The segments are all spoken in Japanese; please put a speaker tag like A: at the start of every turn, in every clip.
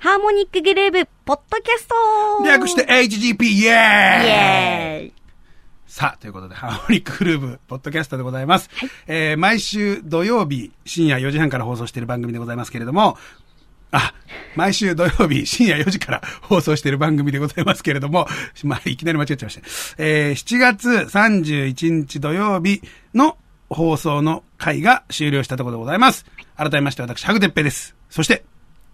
A: ーモニックグルーブ、ポッドキャスト
B: 略して HGP、イ
A: イ
B: エーイ
A: エーイ
B: さあ、ということで、ハーモニックグルーブ、ポッドキャストでございます。えー毎週土曜日、深夜4時半から放送している番組でございますけれども、あ、毎週土曜日、深夜4時から放送している番組でございますけれども、まあ、いきなり間違っちゃいました。えー7月31日土曜日の放送の回が終了したところでございます。改めまして、私、ハグテッペです。そして、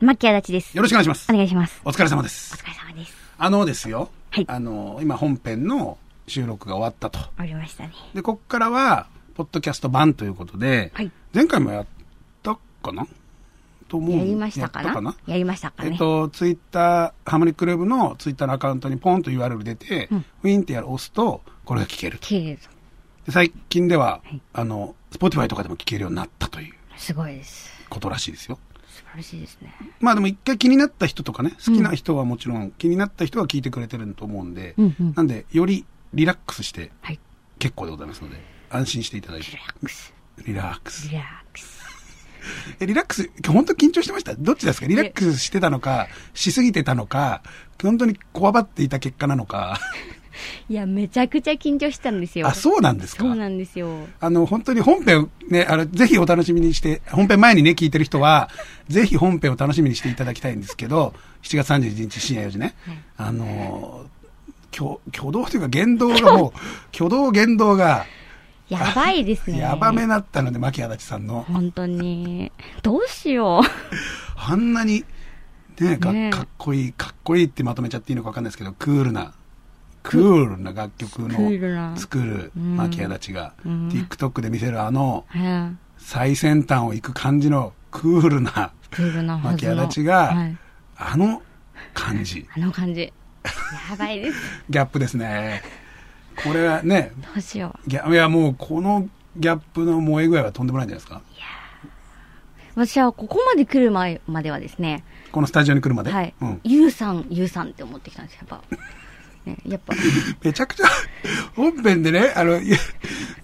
A: マキアダチです。
B: よろしくお願いします
A: お。願いします。
B: お疲れ様で
A: お
B: す。
A: 疲れ様です。
B: あのですよ、
A: はい
B: あの、今本編の収録が終わったと。
A: ありましたね。
B: で、こっからは、ポッドキャスト版ということで、
A: はい
B: 前回もやったかなと思う。
A: やりましたか
B: やった
A: なやりましたか
B: え
A: ね
B: っ。と、ツイッター、ハモニックルーブのツイッターのアカウントにポンと URL 出て、
A: うん
B: ウィンってやる押すと、これが聞けると。
A: けれど、
B: で最近では、
A: はい
B: あの、スポティファイとかでも聞けるようになったという
A: すごいです。
B: ことらしいですよ。
A: 素晴らしいですね。
B: まあでも一回気になった人とかね、好きな人はもちろん、気になった人は聞いてくれてると思うんで、
A: うんうん
B: なんで、よりリラックスして
A: はい。
B: 結構でございますので、安心していただい
A: リ
B: て
A: ラ。ックス。
B: リラックス。
A: リラックス。
B: え、リラックス、本当緊張してましたどっちですかリラックスしてたのか、しすぎてたのか、本当にこわばっていた結果なのか。
A: いや、めちゃくちゃ緊張したんですよ。
B: あ、そうなんですか
A: そうなんですよ。
B: あの、本当に本編、ね、あの、ぜひお楽しみにして、本編前にね、聞いてる人は、ぜひ本編を楽しみにしていただきたいんですけど、7月31日深夜4時ね、あの、挙挙動というか言動が もう、挙動言動が、
A: やばいですね。
B: やばめなったので、牧足立さんの。
A: 本当に。どう しよ
B: あんなに、ねか
A: ねえ
B: かっこいい、かっこいいってまとめちゃっていいのかわかんないですけど、クールな、クールな楽曲
A: クール
B: の
A: な
B: 作る
A: うん
B: マキアたちが、
A: うん
B: TikTok で見せるあの
A: う。うん。
B: 最先端を行く感じのクールな、
A: クールなは
B: マ
A: ず
B: キ
A: の。
B: アたちが、
A: はい。
B: あの感じ、
A: あの感じ。やばいです。
B: ギャップですね。これはね、
A: どうしよ
B: ギャいやもうこのギャップの燃え具合はとんでもないんじゃないですか。
A: う。私はここまで来る前まではですね、
B: このスタジオに来るまで。
A: はい
B: うん。
A: ゆうさん、ゆうさんって思ってきたんですよ、やっぱ。ね、やっぱ。
B: めちゃくちゃ、本編でね、あの、いや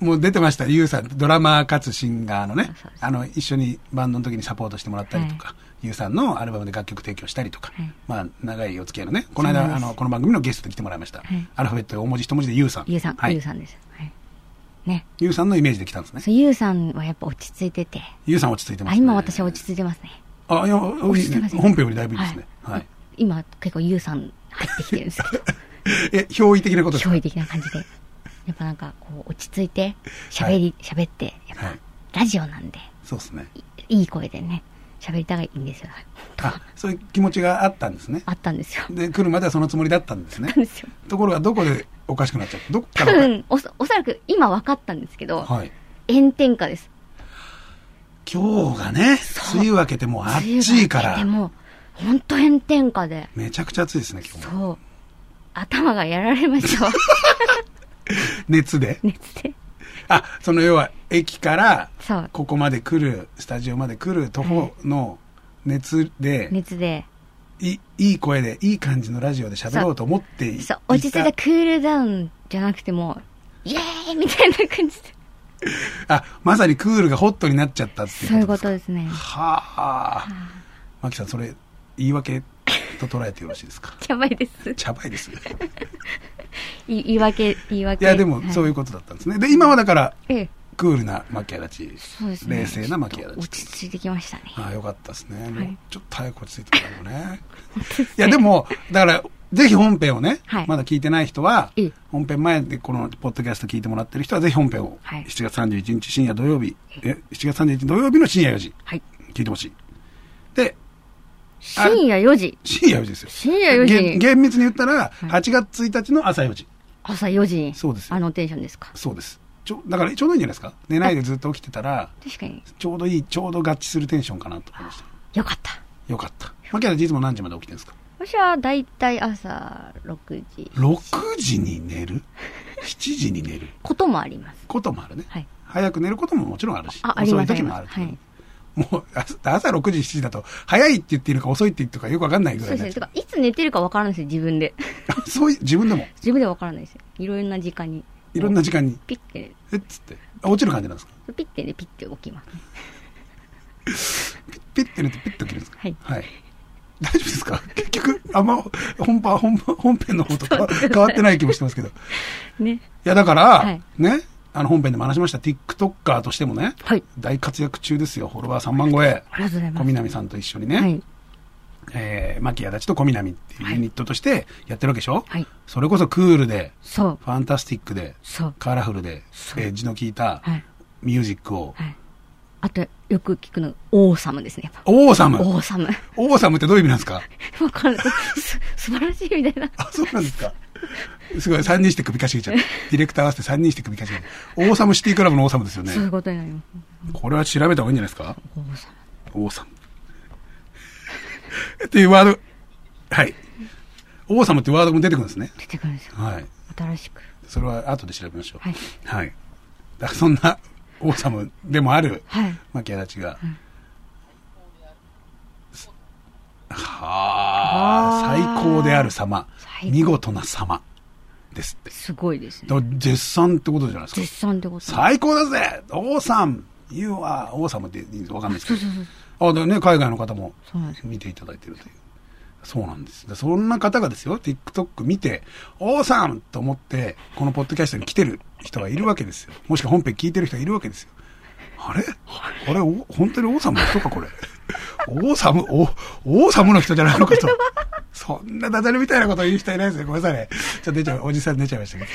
B: もう出てました、ゆうさん、ドラマーかつシンガーのね
A: そうそう、
B: あの、一緒にバンドの時にサポートしてもらったりとか、ゆうさんのアルバムで楽曲提供したりとか、
A: はい
B: まあ、長いお付き合いのね、この
A: そう
B: 間、
A: で
B: あ
A: す
B: の、この番組のゲストで来てもらいました。
A: はい
B: アルファベット大文字一文字でゆうさん。
A: ゆうさん、
B: はい
A: ゆうさんです。はい。ね。
B: ゆうさんのイメージで来たんですね。
A: そう、ゆうさんはやっぱ落ち着いてて。
B: ゆうさん落ち着いてま
A: あ、
B: す、ね。
A: 今私は落ち着いてますね。
B: あ、いや、
A: 落ち着いてますね
B: 本編よりだいぶいいですね。はい。
A: 今、結構ゆうさん入ってきてるんです けど。
B: え、憑依的なことですか
A: 驚異的な感じで。やっぱなんか、こう、落ち着いて、喋り、喋、って、やっぱ、
B: はい
A: ラジオなんで、
B: そうですね。
A: いい声でね、喋りたがいいんですよ。
B: あ、そういう気持ちがあったんですね。
A: あったんですよ。あっ
B: で、来るまではそのつもりだったんですね
A: た。んですよ。
B: ところがどこでおかしくなっちゃったどっか
A: 多
B: らおかし
A: 分、おそ、おそらく今分かったんですけど、
B: はい。
A: 炎天下です。
B: 今日がね、
A: そう
B: 梅雨明けてもう暑いか
A: で
B: ら、
A: も、ほんと炎天下で、
B: めちゃくちゃ暑いですね、今日も。
A: そう、頭がやられま したわ。
B: 熱で。
A: 熱で。
B: あ、その要は、駅から、
A: そう、
B: ここまで来る、スタジオまで来る徒歩の熱で、
A: 熱で。
B: いいい声で、いい感じのラジオで喋ろうと思ってい
A: そう、落ち着いた
B: い
A: クールダウンじゃなくても、イエーイみたいな感じで。
B: たあ、まさにクールがホットになっちゃったっていう
A: そういう
B: こと
A: こ
B: ですか
A: とですね。
B: はあ。マキさん、それ、言い訳と捉えてよろしいです か
A: やばいです。
B: 茶ばいです。
A: い言い訳、言い
B: い
A: 訳。。
B: や、でも、そういううことだったんですね。で、今はだから、
A: ええ、
B: クールなマキアラチ。
A: そうですね。
B: 冷静なマキアラ
A: 落
B: チ。
A: ち着いてきましたね。
B: ああ、よかったですね。
A: い
B: もうちょっと早く落ち着いて くれよね。いや、でも、だから、ぜひ本編をね、
A: はい
B: まだ聞いてない人は
A: ええ、
B: 本編前でこのポッドキャスト聞いてもらってる人は、ぜひ本編を、
A: はい
B: 7月31日深夜土曜日、え、7月31日土曜日の深夜4時、
A: はい。
B: 聞いてほしい。で、
A: 深夜4時。
B: 深夜4時ですよ。
A: 深夜4時
B: げん
A: に、
B: 厳密に言ったら、8月1日の朝4時。
A: 朝4時に、
B: そうですよ
A: あのテンションですか。
B: そうです。ちょ、だからちょうどいいんじゃないですか。寝ないでずっと起きてたら、
A: 確かに。
B: ちょうどいい、ちょうど合致するテンションかなと思いました。
A: よかった。
B: よかった。マキアラチいつも何時まで起きてるんですか
A: 私はだいたい朝6時。
B: 6時に寝る7時に寝る
A: こともあります。
B: こともあるね、
A: はい。
B: 早く寝ることももちろんあるし
A: あ、あります
B: 遅い時もある
A: はい。
B: もうあ朝6時7時だと早いって言っていいのか遅いって言ってるかよくわかんないぐ
A: そう
B: ら
A: で
B: い
A: す
B: になっ
A: ね。て
B: ちゃう
A: か、いつ寝てるかわからないですよ、自分で。
B: そういう自分でも
A: 自分ではわからないですよ。いろんな時間に。
B: いろんな時間に
A: ピッて、
B: えっつってあ落ちる感じなんですか
A: ピッてでピッて起きます。
B: ピッピッて寝てピッと起きるんですか
A: はい
B: 大丈夫ですか あんま本番、本番本編の方とか変わってない気もしてますけど。い
A: ね。
B: や、だから、
A: はい
B: ね、あの本編でも話しました、TikToker としてもね、
A: はい。
B: 大活躍中ですよ、フォロワー3万超え。
A: ありがとうございま
B: 小
A: す。
B: 南さんと一緒にね、
A: はい。
B: えー、牧谷たちと小南っていうユニットとしてやってるわけでしょ、
A: はい。
B: それこそクールで、
A: そう。
B: ファンタスティックで、
A: そう。
B: カラフルで、
A: そう
B: エッジの効いた
A: はい。
B: ミュージックを。
A: はい。あと、よく聞くの、オーサムですね。やっぱ
B: オーサム
A: オーサム。
B: オーサムってどういう意味なんですか
A: わかんない。す素晴らしいみたいな。
B: あ、そうなんですか。すごい、3人して首かしげ ちゃう。ディレクター合わせて3人して首かしげちゃう。オーサムシティクラブのオーサムですよね
A: そう。いうことになります。
B: これは調べた方がいいんじゃないですか
A: オーサム。
B: オーサム。 っていうワード、はい。オーサムってワードも出てくるんですね。
A: 出てくるんですよ。
B: はい。
A: 新しく。
B: それは後で調べましょう。
A: はい。
B: はい。だからそんな、オーサムでもある、
A: はい。
B: マキアたちが
A: うん。
B: はあ、最高である様。
A: 最高
B: 見事な様。ですって。
A: すごいですね。
B: だから絶賛ってことじゃないで
A: 絶
B: すか。
A: 賛ってこと。
B: 最高だぜ王さん !You are 王様っていいんですかわかんないです
A: そう
B: け
A: そうそう。
B: ど。あ、でね、海外の方も
A: そうなんですよ。
B: 見ていただいてるという。そうなんです。でそんな方がですよ、TikTok 見て、王さんと思って、このポッドキャストに来てる人がいるわけですよ。もしくは本編聞いてる人がいるわけですよ。あれこれ、お本当に王様の人か、これ。王様、お、王様の人じゃないのかと。そんなダジャレみたいなこと言う人いないですね。ごめんなさいね。ちょっと出ちゃう、おじさん出ちゃいましたけど。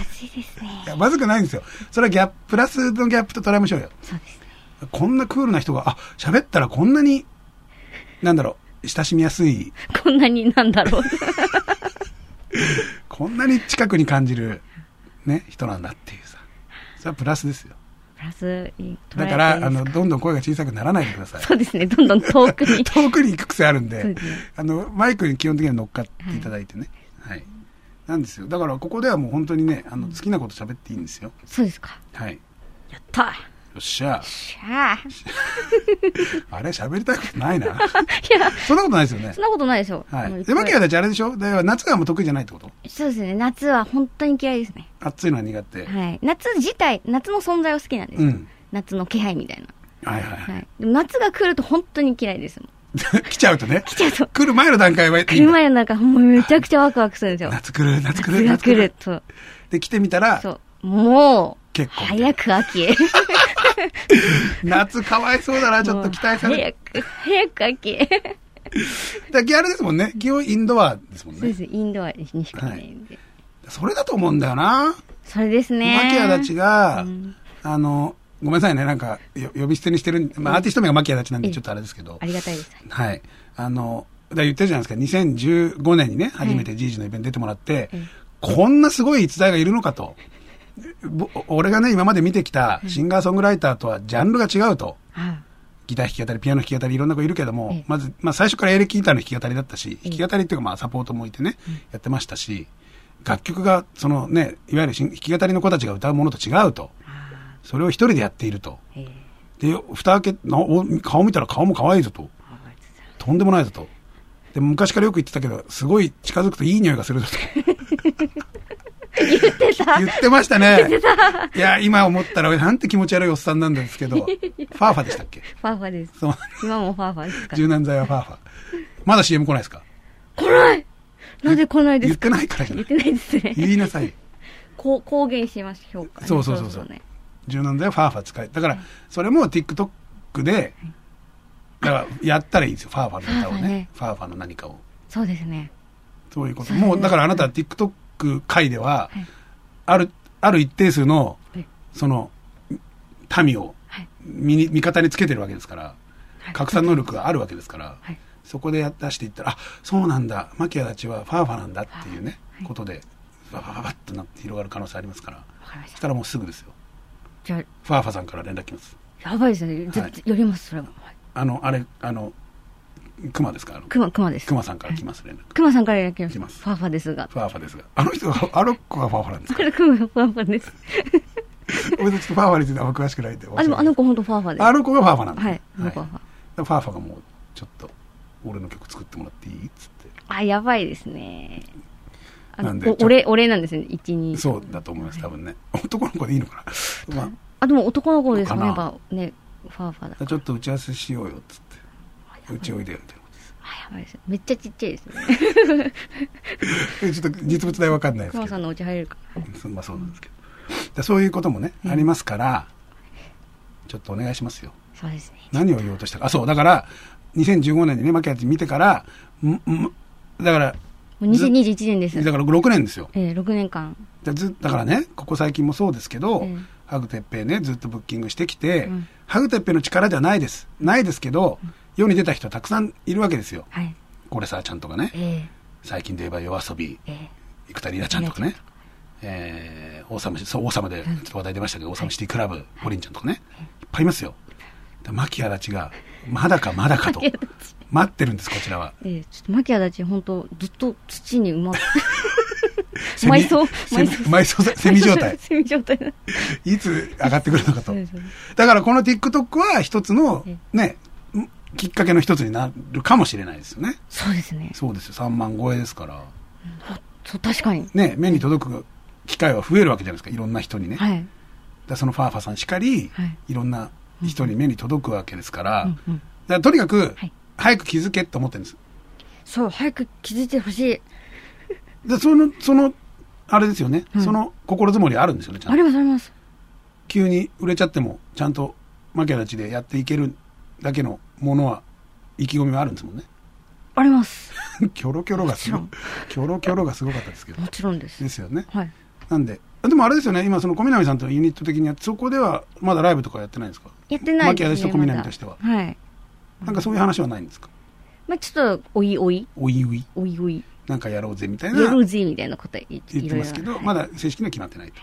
A: 暑いですね。
B: いや、まずくないんですよ。それはギャップ、プラスのギャップと捉えましょうよ。
A: そうですね。
B: こんなクールな人が、あ、喋ったらこんなに、なんだろう、親しみやすい、
A: こんなになんだ ろう。
B: こんなに近くに感じる、ね、人なんだっていうさ。それはプラスですよ。
A: プラスに捉えていいです
B: だから、あの、どんどん声が小さくならないでください。
A: そうですね。どんどん遠く に。
B: 遠くに行く癖あるん
A: そう
B: で
A: ですね、
B: あの、マイクに基本的には乗っかっていただいてね。はい。なんですよ。だから、ここではもう本当にね、あの、好きなこと喋っていいんですよ。
A: そうですか。
B: はい。よ
A: やった
B: っしゃ。
A: しゃー。
B: あれ、喋りたいことないな。
A: いや、
B: そんなことないですよね
A: そん。なことないでしょ。
B: は
A: あの
B: い。で、マキアたちあれでしょだから夏がもう得意じゃないってこと
A: そうですね。夏は本当に嫌いですね。
B: 暑いのは苦手。
A: はい。夏自体、夏の存在は好きなんです
B: う
A: よ。
B: ん。
A: 夏の気配みたいな。
B: はいはいは。
A: はいい。でも夏が来ると本当に嫌いですもん。
B: 来ちゃうとね。
A: 来ちゃうと。
B: 来る前の段階はいいんだ
A: 来る前なんかもうめちゃくちゃワクワクするんですよ。
B: 夏来る、夏来る、
A: 夏が来る。と。
B: で、来てみたら、
A: そう。もう、
B: 結構
A: 早く秋へ。
B: 夏かわいそうだな、ちょっと期待され
A: も
B: て。
A: う早く、早く秋へ。
B: だからあれですもんね。基本インドアですもん
A: そうで
B: ね。
A: す。インドアにしかいないんで。
B: それだと思うんだよな。
A: それですね。
B: マキアたちが
A: う、ん
B: あの、ごめんなさいね。なんか、よ呼び捨てにしてるん。まあ、アーティスト名がマキアたちなんで、ちょっとあれですけど
A: あ。りがたいです。
B: はい。あの、だから言ってるじゃないですか。2015年にね、
A: い
B: 初めてジージのイベント出てもらって、
A: うん
B: こんなすごい逸材がいるのかと。ぼ俺がね、今まで見てきたシンガーソングライターとはジャンルが違うと。
A: あ
B: ギター弾き語り、ピアノ弾き語り、いろんな子いるけども、
A: ええ
B: まず、まあ最初からエレキギターの弾き語りだったし、
A: え
B: 弾き語りっていうかまあサポートもいてね、やってましたし、楽曲が、そのね、いわゆる弾き語りの子たちが歌うものと違うと。
A: あ
B: それを一人でやっていると。
A: ええ
B: で、蓋開け、なお顔見たら顔も可愛いぞと。
A: ありがとうございます
B: とんでもないぞと。で、昔からよく言ってたけど、すごい近づくといい匂いがするぞと。言ってた言ってましたね。いや、今思ったら、俺なんて気持ち悪いおっさんなんですけど、ファーファでしたっけ
A: ファーファです。
B: その、
A: 今もファーファですか
B: 柔軟剤はファーファ。まだ CM 来ないですか
A: 来ないなんで来ないで
B: 言っ
A: すか
B: てないからじゃな
A: 言っ
B: い
A: てないですね。
B: 言いなさい。
A: こう、公言します、評価。
B: そうそうそうそう
A: ろろね
B: 柔軟剤はファーファ使え。だから、それも TikTok で、だから、やったらいいんですよ。ファーファの歌をね。ファーファの何かを。
A: そうですね。
B: そういうこと。
A: そうですね
B: もう、だからあなたは TikTok 界で
A: は
B: は、
A: い
B: ある、ある一定数の
A: はい、
B: その、民を
A: はい
B: 身に、味方につけてるわけですから、
A: はい
B: 拡散能力があるわけですから、
A: はい。
B: そこでや出していったら、あ、そうなんだ、マキアたちはファーファなんだっていうね、
A: はい
B: ことで、ババババッとなって広がる可能性ありますから、
A: わかりまし。
B: そしたたらもうすぐですよ。
A: じゃ
B: ファーファさんから連絡来ます。
A: あ、やばいですね。
B: は
A: 絶対
B: い
A: 寄ります、それは。はい
B: あの、あれ、あの、熊ですかあの
A: 熊、熊です。
B: 熊さんから来ます、連絡。
A: 熊さんからやきま
B: 来
A: す。
B: ま
A: フ
B: す
A: ァーファですが。
B: ファーファですが。あの人が、あの子がファーファなん ですか
A: これ熊がファーファです。
B: 俺たちょっとファーファについてあんま詳しくないんで。
A: あ、でもあの子本当ファーファです。
B: あの子がファーファなんだ。
A: はい。あの子はファー
B: だか
A: フ
B: らファーファがもう、ちょっと、俺の曲作ってもらっていいっつって。
A: ァ。あ、やばいですね。あ
B: なんで
A: の、お俺、俺なんですね。一二。
B: そうだと思います、多分ね。男の子でいいのかな。ま
A: あ、でも男の子ですかね。
B: か
A: や
B: な
A: っぱね、ファーファだ
B: あ、。ちょっと打ち合わせしようよ、っつって。うちおいでよ、みたいなことです。
A: あ、やばいです。めっちゃちっちゃいです ね。
B: えちょっと実物大わかんないです
A: 熊
B: け
A: さんのお家入れるかな。
B: ど。そまあそうなんですけど。でそういうこともね、ありますから、ちょっとお願いしますよ。
A: そうですね。
B: 何を言おうとしたか。あ、そう、だから、2015年にね、マキアッチ見てから、んんだから、
A: もう2021年です。
B: だから6年ですよ。
A: えー、6年間。
B: でずだからね、ここ最近もそうですけど、
A: ええ
B: ハグテッペイね、ずっとブッキングしてきて、
A: うん
B: ハグテッペイの力じゃないです。ないですけど、世に出た人はたくさんいるわけですよ。
A: はい。
B: これさちゃんとかね、
A: えー、
B: 最近で言えば夜遊び、
A: えー、
B: 生田リナちゃんとかね、えー、王様、そう、王様で、ちょっと話題出ましたけど、王様シティクラブ、ホリンちゃんとかね、いっぱいいますよ。でマキアたちが、まだかまだかと
A: マキアたち、
B: 待ってるんです、こちらは。
A: えー、ちょっとマキアたち、本当ずっと土に埋 まって、
B: セミ
A: 埋葬
B: セミ埋葬セミ状態
A: セミ状態だ。
B: いつ上がってくるのかと
A: そう。ですね
B: だからこの TikTok は一つの
A: え、
B: ね、んきっかけの一つになるかもしれないですよね。
A: そうですね。
B: そうですよ。3万超えですから。
A: そう、確かに。
B: ね、目に届く機会は増えるわけじゃないですか。いろんな人にね。だか
A: はい。
B: らそのファーファさんしかり、
A: はい
B: いろんな人に目に届くわけですから、
A: うんうん
B: だからとにかく
A: はい、
B: 早く気づけと思ってるんです。
A: そう、早く気づいてほしい。
B: で、その、その、あれですよね。
A: うん
B: その心づもりあるんですよね、ちゃ
A: あ
B: ん
A: り
B: と。
A: ます、あります。
B: 急に売れちゃっても、ちゃんと負けたちでやっていけるだけのものは、意気込みはあるんですもんね。
A: あります。
B: キョロキョロがすごい
A: も。
B: キョロキョロがすごかったですけど。
A: もちろんです
B: で。すよね。
A: はい。
B: なんで。あでもあれですよね、今その小南さんとのユニット的には、そこではまだライブとかやってないんですか
A: やってないです、ね。
B: マキアとして小南
A: まだ
B: としては
A: はい。
B: なんかそういう話はないんですか
A: まあちょっと、おいおい、
B: おいおい、
A: おいおい、
B: なんかやろうぜみたい
A: や
B: な
A: ろうぜみたいなこと言って
B: 言ってますけど、まだ正式には決まってないと。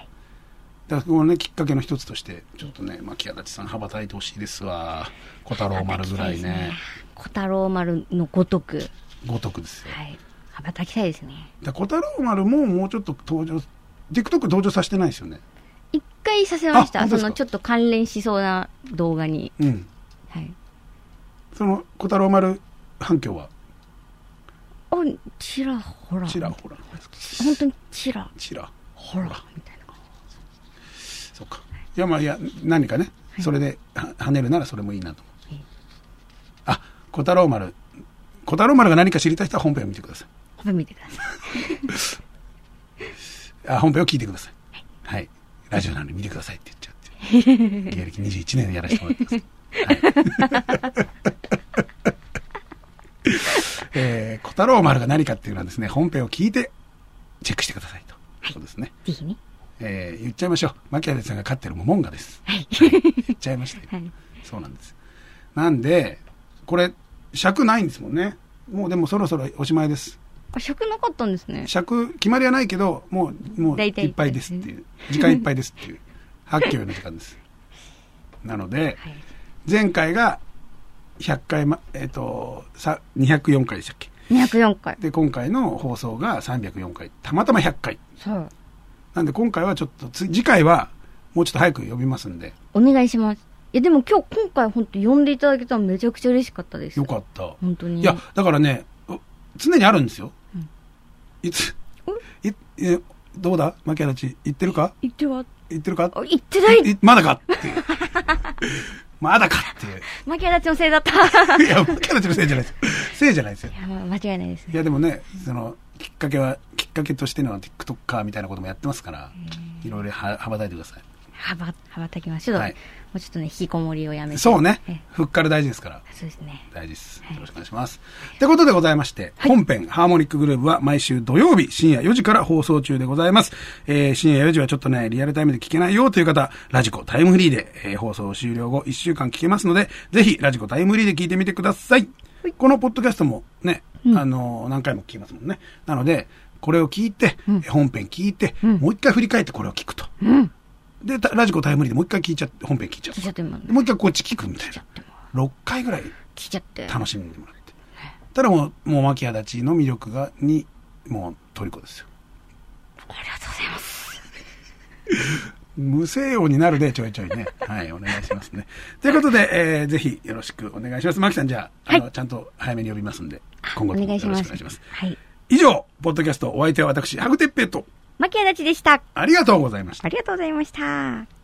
B: だからこのね、きっかけの一つとして、ちょっとね、まあ、木足立さん羽ばたいてほしいですわ。小太郎丸ぐらいね、。
A: 小太郎丸のごとく、
B: ごとくですよ。
A: はい。羽ばたきたいですね。
B: だから小太郎丸ももうちょっと登場、TikTok 登場させてないですよね。
A: 一回させまし
B: あ
A: た。
B: 本
A: そ
B: 当ですか
A: の、ちょっと関連しそうな動画に。
B: うん。
A: はい。
B: その、小太郎丸反響は、
A: お、ちらほら。
B: ちらほらなんですか。
A: 本当にちら
B: ちら。
A: ほら、みたいな。
B: そうか。いや、まあ、いや、何かね、それで、は跳ねるならそれもいいなと思う
A: はい。
B: あ、小太郎丸。小太郎丸が何か知りたい人は本編を見てください。
A: ほべ見てください。
B: あ、本編を聞いてください。はい。ラジオなのに見てくださいって言っちゃう っていう。芸歴21年やらせてもらってます。 はい。えー、小太郎丸が何かっていうのはですね、本編を聞いてチェックしてくださいと。そうですね。
A: ぜひね。
B: えー言っちゃいましょう。マキアデさんが飼ってるモモンガです。
A: はい。
B: 言っちゃいましたよ。
A: はい。
B: そうなんです。なんで、これ、尺ないんですもんね。もうでもそろそろおしまいです。
A: あ、食なかったんですね。
B: 尺、決まりはないけど、もう、もう、い
A: 大体
B: っぱいですっていう。時間いっぱいですっていう。発狂の時間です。 なので、
A: はい。
B: 前回が100回、ま、えっ、と、さ、204回でしたっけ
A: 204回。
B: で、今回の放送が304回。たまたま100回。
A: そう。
B: なんで今回はちょっとつ、次回はもうちょっと早く呼びますんで、
A: お願いします。いや、でも今日、今回本当呼んでいただけたのめちゃくちゃ嬉しかったです。
B: よかった。
A: 本当に。
B: いや、だからね、う常にあるんですよ。
A: うん
B: いつ、い、え、どうだマキアたち、言ってるか
A: 言っては、
B: 言ってるか
A: あ言ってない
B: いまだかって いう。まだかっ
A: マキアたちのせいだった。い
B: ていう。いや、マキアたちのせいじゃないですよ。せいじゃないですよ。
A: や、まあ間違いないです
B: い
A: ね。
B: や、でもね、その、きっかけは、きっかけとしての TikToker みたいなこともやってますから、いろいろは羽ばたいてください。
A: はば、はばたきましょう。
B: はい
A: もうちょっとね、引きこもりをやめて。
B: そうね
A: え。
B: ふっから大事ですから。
A: そうですね。
B: 大事です。
A: はい
B: よろしくお願いします。ってことでございまして、本編、ハーモニックグループは毎週土曜日深夜4時から放送中でございます。えー深夜4時はちょっとね、リアルタイムで聞けないよという方、ラジコタイムフリーで、えー放送終了後1週間聞けますので、ぜひラジコタイムフリーで聞いてみてください。このポッドキャストもね、あのー何回も聞きますもんね。なので、これを聞いて、本編聞いて、もう一回振り返ってこれを聞くと。で、たラジコタイムフリーでもう一回聞いちゃって、本編聞いちゃう
A: 聞いちゃってもね
B: でもう一回こっち聞くみたいな。6回ぐらい
A: 聞いちゃって。
B: 楽しんでもらって。ただもう、もう、牧足立の魅力が、に、もう、虜ですよ。
A: ありがとうございます。
B: 無声音になるで、ちょいちょい ね。はい、お願いしますね。ということで、えー、ぜひ、よろしくお願いします。牧さん、じゃあ、あの、ちゃんと早めに呼びますんで、今後と
A: お願
B: もよろ
A: いし
B: しくお願
A: ま
B: い
A: す。
B: します。
A: はい。
B: 以上、ポッドキャスト、お相手は私、ハグテッペイと、
A: マキアたちでした。
B: ありがとうございました。
A: ありがとうございました。